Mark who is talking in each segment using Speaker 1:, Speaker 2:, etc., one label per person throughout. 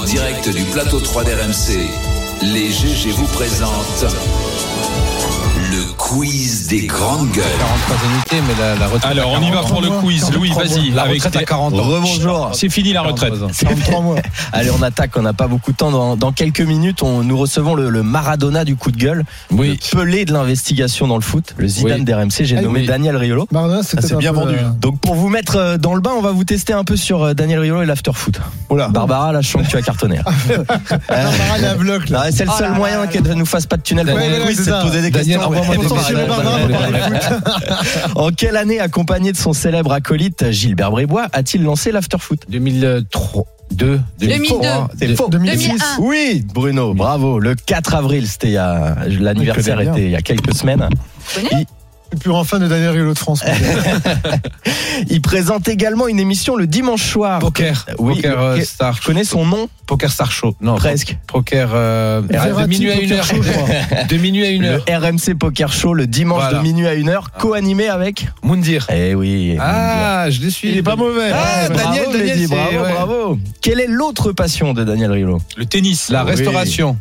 Speaker 1: En direct du plateau 3 d'RMC, les GG vous présentent le quiz des grandes gueules.
Speaker 2: 43 annuités, mais la, la retraite.
Speaker 3: Alors,
Speaker 2: à
Speaker 3: on y va
Speaker 2: 40
Speaker 3: pour le
Speaker 2: mois.
Speaker 3: quiz. Louis,
Speaker 2: 43
Speaker 3: vas-y,
Speaker 2: mois. La
Speaker 3: avec
Speaker 2: retraite
Speaker 3: tes-
Speaker 2: à 40 ans.
Speaker 3: Rebonjour. C'est fini la retraite.
Speaker 2: 43 mois.
Speaker 4: Allez, on attaque, on n'a pas beaucoup de temps. Dans, dans quelques minutes, on, nous recevons le, le Maradona du coup de gueule,
Speaker 2: Oui.
Speaker 4: le Pelé de l'investigation dans le foot, le Zidane
Speaker 2: Oui.
Speaker 4: d'RMC, j'ai
Speaker 2: Ah,
Speaker 4: nommé
Speaker 2: oui.
Speaker 4: Daniel Riolo.
Speaker 5: Maradona,
Speaker 2: Ah,
Speaker 5: c'était
Speaker 2: c'est
Speaker 5: un
Speaker 2: bien
Speaker 5: peu,
Speaker 2: vendu,
Speaker 5: euh,
Speaker 2: hein.
Speaker 4: Donc pour vous mettre euh, dans le bain, on va vous tester un peu sur euh, Daniel Riolo et l'afterfoot.
Speaker 2: Oula.
Speaker 4: Barbara, là, je sens que tu as cartonné. là. Euh,
Speaker 5: Barbara, il y a un bloc, là.
Speaker 4: non, c'est le
Speaker 5: Oh
Speaker 4: seul
Speaker 5: là
Speaker 4: moyen
Speaker 5: là
Speaker 4: qu'elle ne nous fasse pas de tunnel.
Speaker 2: Daniel,
Speaker 4: pendant le
Speaker 5: ouais,
Speaker 4: quiz,
Speaker 5: c'est
Speaker 4: c'est de
Speaker 5: ça.
Speaker 4: poser des
Speaker 2: Daniel,
Speaker 4: questions.
Speaker 2: au revoir,
Speaker 4: Ouais,
Speaker 2: moi,
Speaker 4: c'est
Speaker 2: t'es
Speaker 4: pareil,
Speaker 2: pas-
Speaker 4: Barbara,
Speaker 2: Daniel,
Speaker 4: Barbara,
Speaker 2: Barbara.
Speaker 4: En quelle année, accompagné de son célèbre acolyte Gilbert Brébois, a-t-il lancé l'afterfoot
Speaker 2: 2003. 2,
Speaker 6: 2002.
Speaker 4: C'est faux.
Speaker 5: 2006.
Speaker 6: 2001.
Speaker 4: Oui, Bruno, bravo. Le 4 avril, c'était il y a- l'anniversaire
Speaker 2: Que dernier.
Speaker 4: était il y a quelques semaines.
Speaker 5: Le plus grand fan de Daniel Riolo de France. moi.
Speaker 4: Il présente également une émission le dimanche soir.
Speaker 2: Ah, Poker.
Speaker 4: Oui,
Speaker 2: poker euh,
Speaker 4: ok.
Speaker 2: Star.
Speaker 4: Je connais son nom
Speaker 2: Poker Star Show. Non.
Speaker 4: presque.
Speaker 2: Poker. euh,
Speaker 5: Verratti,
Speaker 2: de minuit à
Speaker 5: Poker
Speaker 2: une heure.
Speaker 5: Show, je crois.
Speaker 2: De minuit à une
Speaker 4: Le
Speaker 2: heure.
Speaker 4: RMC Poker Show le dimanche
Speaker 2: Voilà.
Speaker 4: de minuit à 1h, co-animé avec.
Speaker 2: Moundir.
Speaker 4: Eh oui.
Speaker 2: Ah, je le suis.
Speaker 5: Il est pas mauvais.
Speaker 2: Ah,
Speaker 4: Ah,
Speaker 2: Daniel,
Speaker 4: bravo,
Speaker 2: Daniel,
Speaker 4: Mehdi,
Speaker 2: c'est-
Speaker 4: bravo,
Speaker 2: ouais.
Speaker 4: bravo. Quelle est l'autre passion de Daniel Riolo
Speaker 3: Le tennis.
Speaker 2: La
Speaker 4: Oui.
Speaker 2: restauration.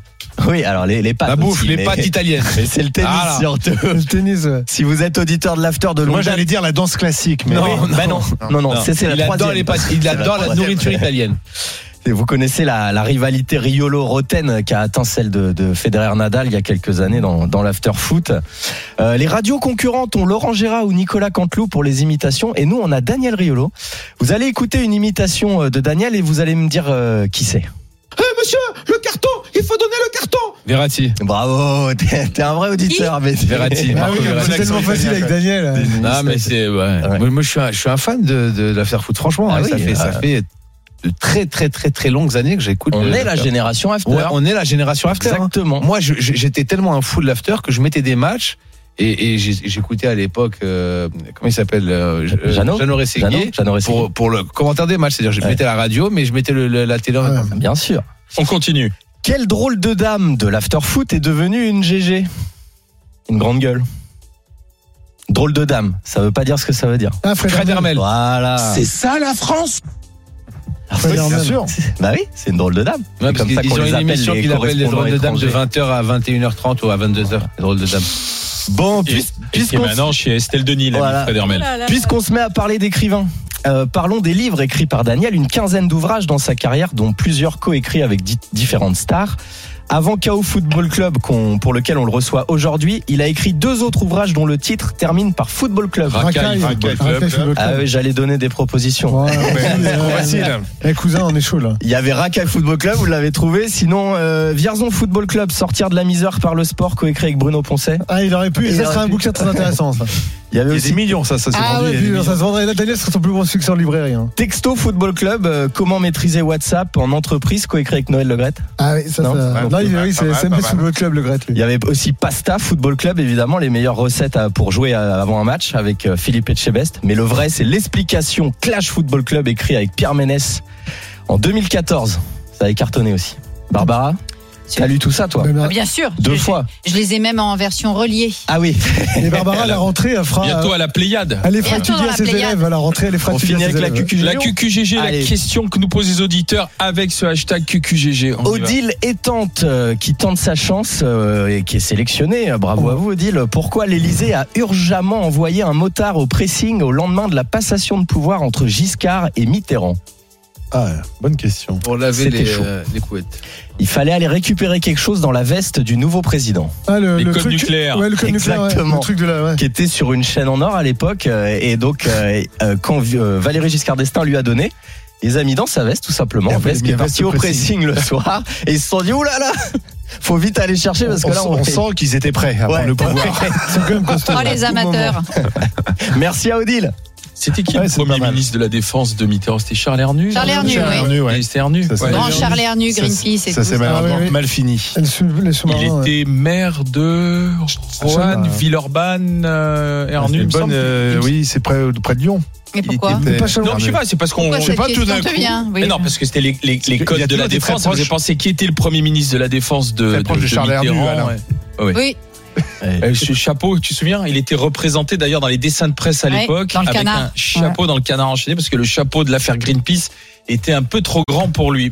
Speaker 4: Oui, alors les, les pâtes.
Speaker 2: La bouffe,
Speaker 4: aussi,
Speaker 2: les
Speaker 4: mais-
Speaker 2: pâtes italiennes. Ah
Speaker 4: mais c'est le tennis
Speaker 2: Voilà.
Speaker 4: surtout.
Speaker 5: Le tennis, ouais.
Speaker 4: Si vous êtes auditeur de l'after de
Speaker 5: Moi,
Speaker 4: Londres.
Speaker 5: j'allais dire la danse classique, mais.
Speaker 4: Non, bah non, non, non,
Speaker 2: Non.
Speaker 4: c'est c'est la
Speaker 2: il adore
Speaker 4: troisième.
Speaker 2: les pâtes, il
Speaker 4: C'est
Speaker 2: adore la
Speaker 4: troisième.
Speaker 2: nourriture italienne.
Speaker 4: Et Vous connaissez la, la rivalité Riolo-Roten qui a atteint celle de, de Federer-Nadal il y a quelques années dans, dans l'after-foot. Euh, les radios concurrentes ont Laurent Gérard ou Nicolas Canteloup pour les imitations et nous on a Daniel Riolo. Vous allez écouter une imitation euh, de Daniel et vous allez me dire euh, qui c'est.
Speaker 2: Verratti.
Speaker 4: Bravo, t'es t'es un vrai auditeur. mais-
Speaker 2: Verratti.
Speaker 5: Ah
Speaker 2: Marco
Speaker 5: oui,
Speaker 2: Verratti.
Speaker 5: c'est tellement facile avec Daniel.
Speaker 2: Non, mais c'est. ouais.
Speaker 4: Ouais.
Speaker 2: Moi, moi, je suis un, je suis un fan de, de, de l'affaire foot, franchement.
Speaker 4: Ah
Speaker 2: hein,
Speaker 4: oui,
Speaker 2: ça, fait, ça
Speaker 4: euh,
Speaker 2: fait de très, très, très, très longues années que j'écoute.
Speaker 4: On
Speaker 2: le-
Speaker 4: est la génération after.
Speaker 2: Ouais, on est la génération after. hein.
Speaker 4: Exactement.
Speaker 2: Moi, je- je- j'étais tellement un fou de l'after que je mettais des matchs et, et j'ai- j'écoutais à l'époque, euh, comment il s'appelle euh, je- euh,
Speaker 4: Jeannot
Speaker 2: Jeannot Rességuier
Speaker 4: Jeannot, Jeannot Rességuier.
Speaker 2: Pour, pour le commentaire des matchs. C'est-à-dire, je
Speaker 4: Ouais.
Speaker 2: mettais la radio, mais je mettais le- le- la télé en même temps.
Speaker 4: Bien sûr.
Speaker 3: On continue.
Speaker 4: Quelle drôle de dame de l'afterfoot est devenue une GG Une grande gueule. Drôle de dame, ça veut pas dire ce que ça veut dire.
Speaker 5: Ah, Fred
Speaker 2: Fred Hermel.
Speaker 4: Voilà. Ah
Speaker 1: C'est ça la France
Speaker 5: Fred Hermel.
Speaker 4: Bah oui, c'est une drôle de dame.
Speaker 2: Ouais, parce
Speaker 4: comme
Speaker 2: qu'ils
Speaker 4: ça qu'on
Speaker 2: ont
Speaker 4: les
Speaker 2: une
Speaker 4: appelle,
Speaker 2: émission
Speaker 4: les
Speaker 2: qu'ils appellent les
Speaker 4: correspondants
Speaker 2: drôles de dames de
Speaker 4: étrangers.
Speaker 2: 20h à 21h30 ou à 22h. Les drôles de dames.
Speaker 4: Bon,
Speaker 3: Et,
Speaker 4: puis-
Speaker 3: et qui est
Speaker 4: puisqu'on
Speaker 3: maintenant chez Estelle Denis, la
Speaker 4: Voilà.
Speaker 3: vie de
Speaker 6: Oh
Speaker 3: Fred Hermel.
Speaker 4: puisqu'on se met à parler d'écrivains, euh, parlons des livres écrits par Daniel, une quinzaine d'ouvrages dans sa carrière, dont plusieurs co-écrits avec di- différentes stars. Avant KO Football Club, qu'on- pour lequel on le reçoit aujourd'hui, il a écrit deux autres ouvrages dont le titre termine par Football Club.
Speaker 5: Racaille.
Speaker 3: Racaille,
Speaker 5: Racaille,
Speaker 3: club,
Speaker 5: football
Speaker 4: Ah
Speaker 5: club.
Speaker 4: oui, j'allais donner des propositions.
Speaker 5: Ouais, ouais, ouais. Eh, cousin, on est chaud, là.
Speaker 4: Il y avait Racaille Football Club, vous l'avez trouvé. Sinon, euh, Vierzon Football Club, sortir de la misère par le sport, coécrit avec Bruno Poncet.
Speaker 5: Ah, il aurait pu.
Speaker 4: Il
Speaker 5: Et ça
Speaker 4: aurait
Speaker 5: serait un
Speaker 4: pu.
Speaker 5: bouquin très intéressant, ça.
Speaker 4: Il y avait
Speaker 2: Il y a
Speaker 4: aussi
Speaker 2: des millions, ça, ça s'est
Speaker 5: Ah
Speaker 2: vendu, il y
Speaker 5: ouais,
Speaker 2: a des
Speaker 5: puis,
Speaker 2: millions.
Speaker 5: ça se vendrait. Là, Daniel serait son plus gros succès en librairie. hein.
Speaker 4: Texto Football Club, euh, comment maîtriser WhatsApp en entreprise, coécrit avec Noël Legrette.
Speaker 5: Ah oui, ça,
Speaker 4: Non,
Speaker 5: ça-
Speaker 4: pas
Speaker 5: Non, il oui, c'est SMS Football Club, le Gret,
Speaker 4: Il
Speaker 5: lui.
Speaker 4: y avait aussi Pasta Football Club, évidemment, les meilleures recettes à- pour jouer à- avant un match avec euh, Philippe Etchebest. Mais le vrai, c'est l'explication Clash Football Club, écrit avec Pierre Ménès en 2014. Ça avait cartonné aussi. Barbara, t'as lu tout ça, toi
Speaker 5: Mais Bar-
Speaker 6: Ah, Bien sûr.
Speaker 4: Deux
Speaker 6: Je-
Speaker 4: fois.
Speaker 6: Je les ai même en version reliée.
Speaker 4: Ah oui.
Speaker 5: Et Barbara, à la rentrée, elle fera. euh,
Speaker 3: Bientôt à la Pléiade.
Speaker 5: Elle est
Speaker 6: Bientôt
Speaker 5: fatiguée
Speaker 6: dans
Speaker 5: à
Speaker 6: la
Speaker 5: ses
Speaker 6: Pléiade.
Speaker 5: élèves. À la rentrée, elle est
Speaker 4: On
Speaker 5: fatiguée.
Speaker 4: finit
Speaker 5: à ses
Speaker 4: avec la
Speaker 5: élèves.
Speaker 4: QQG.
Speaker 3: La QQGG,
Speaker 4: Allez.
Speaker 3: la question que nous posent les auditeurs avec ce hashtag QQGG. On y va.
Speaker 4: Odile Étante euh, qui tente sa chance euh, et qui est sélectionnée. Euh, Bravo à vous Odile. Pourquoi l'Elysée a urgemment envoyé un motard au pressing au lendemain de la passation de pouvoir entre Giscard et Mitterrand
Speaker 5: bonne question.
Speaker 2: Pour laver
Speaker 4: C'était
Speaker 2: les,
Speaker 4: chaud.
Speaker 2: euh, les couettes.
Speaker 4: Il fallait aller récupérer quelque chose dans la veste du nouveau président
Speaker 5: Ah, le,
Speaker 3: Les
Speaker 5: le
Speaker 3: codes
Speaker 5: truc
Speaker 3: nucléaires.
Speaker 5: Ouais, le code nucléaire. ouais.
Speaker 4: Exactement.
Speaker 5: Le truc de la. ouais.
Speaker 4: qui était sur une chaîne en or à l'époque euh, et donc euh, euh, quand euh, Valéry Giscard d'Estaing lui a donné les a mis dans sa veste tout simplement
Speaker 5: Et après,
Speaker 4: veste
Speaker 5: il
Speaker 4: qui est
Speaker 5: met la veste
Speaker 4: partie
Speaker 5: au
Speaker 4: au pressing le soir et ils se sont dit oulala là là faut vite aller chercher parce que là on,
Speaker 5: qu'ils étaient prêts à
Speaker 4: Ouais.
Speaker 5: pouvoir. C'est quand même
Speaker 6: Oh,
Speaker 5: constant.
Speaker 6: les amateurs.
Speaker 4: Merci à Odile
Speaker 2: C'était qui
Speaker 7: Ouais,
Speaker 2: le
Speaker 7: c'est pas
Speaker 2: premier
Speaker 7: mal.
Speaker 2: ministre de la Défense de Mitterrand C'était Charles Hernu
Speaker 6: Charles Hernu,
Speaker 2: Et
Speaker 6: oui.
Speaker 7: Hernu, ouais.
Speaker 2: C'était Hernu.
Speaker 7: Ça, c'est
Speaker 2: Ouais.
Speaker 6: Grand
Speaker 7: Ça,
Speaker 6: Charles Hernu,
Speaker 7: ça,
Speaker 6: Greenpeace et
Speaker 7: Ça,
Speaker 6: tout
Speaker 7: c'est
Speaker 6: ça.
Speaker 7: malheureusement
Speaker 5: Ah, oui, oui.
Speaker 7: mal
Speaker 6: hein.
Speaker 7: fini.
Speaker 5: Les sous- les
Speaker 2: Il
Speaker 5: sous-marins. ouais.
Speaker 2: était maire de
Speaker 5: pas,
Speaker 2: Roanne,
Speaker 5: ouais.
Speaker 2: Villeurbanne, euh,
Speaker 7: C'était
Speaker 2: Ernu, il me
Speaker 7: bonne,
Speaker 2: semble.
Speaker 7: euh, oui, c'est près, près de Lyon.
Speaker 6: Mais pourquoi
Speaker 7: Il était-
Speaker 5: Pas Charles
Speaker 2: Non, je sais pas, c'est parce qu'on.
Speaker 6: Pourquoi
Speaker 2: je sais
Speaker 6: cette
Speaker 2: pas,
Speaker 6: question te vient Oui.
Speaker 2: Mais non, parce que c'était les, les, les
Speaker 7: qu'il y
Speaker 2: codes
Speaker 7: a
Speaker 2: de la
Speaker 7: toujours des
Speaker 2: défense.
Speaker 7: très
Speaker 2: Vous avez
Speaker 7: proches.
Speaker 2: pensé qui était le premier ministre de la défense de,
Speaker 7: Très proche de Charles Hernu,
Speaker 2: Mitterrand,
Speaker 7: Alain.
Speaker 2: ouais.
Speaker 6: Oui,
Speaker 2: Euh, ce chapeau, tu te souviens Il était représenté d'ailleurs dans les dessins de presse à
Speaker 6: Ouais,
Speaker 2: l'époque
Speaker 6: dans le
Speaker 2: avec
Speaker 6: canard.
Speaker 2: un chapeau dans le canard enchaîné parce que le chapeau de l'affaire Greenpeace était un peu trop grand pour lui.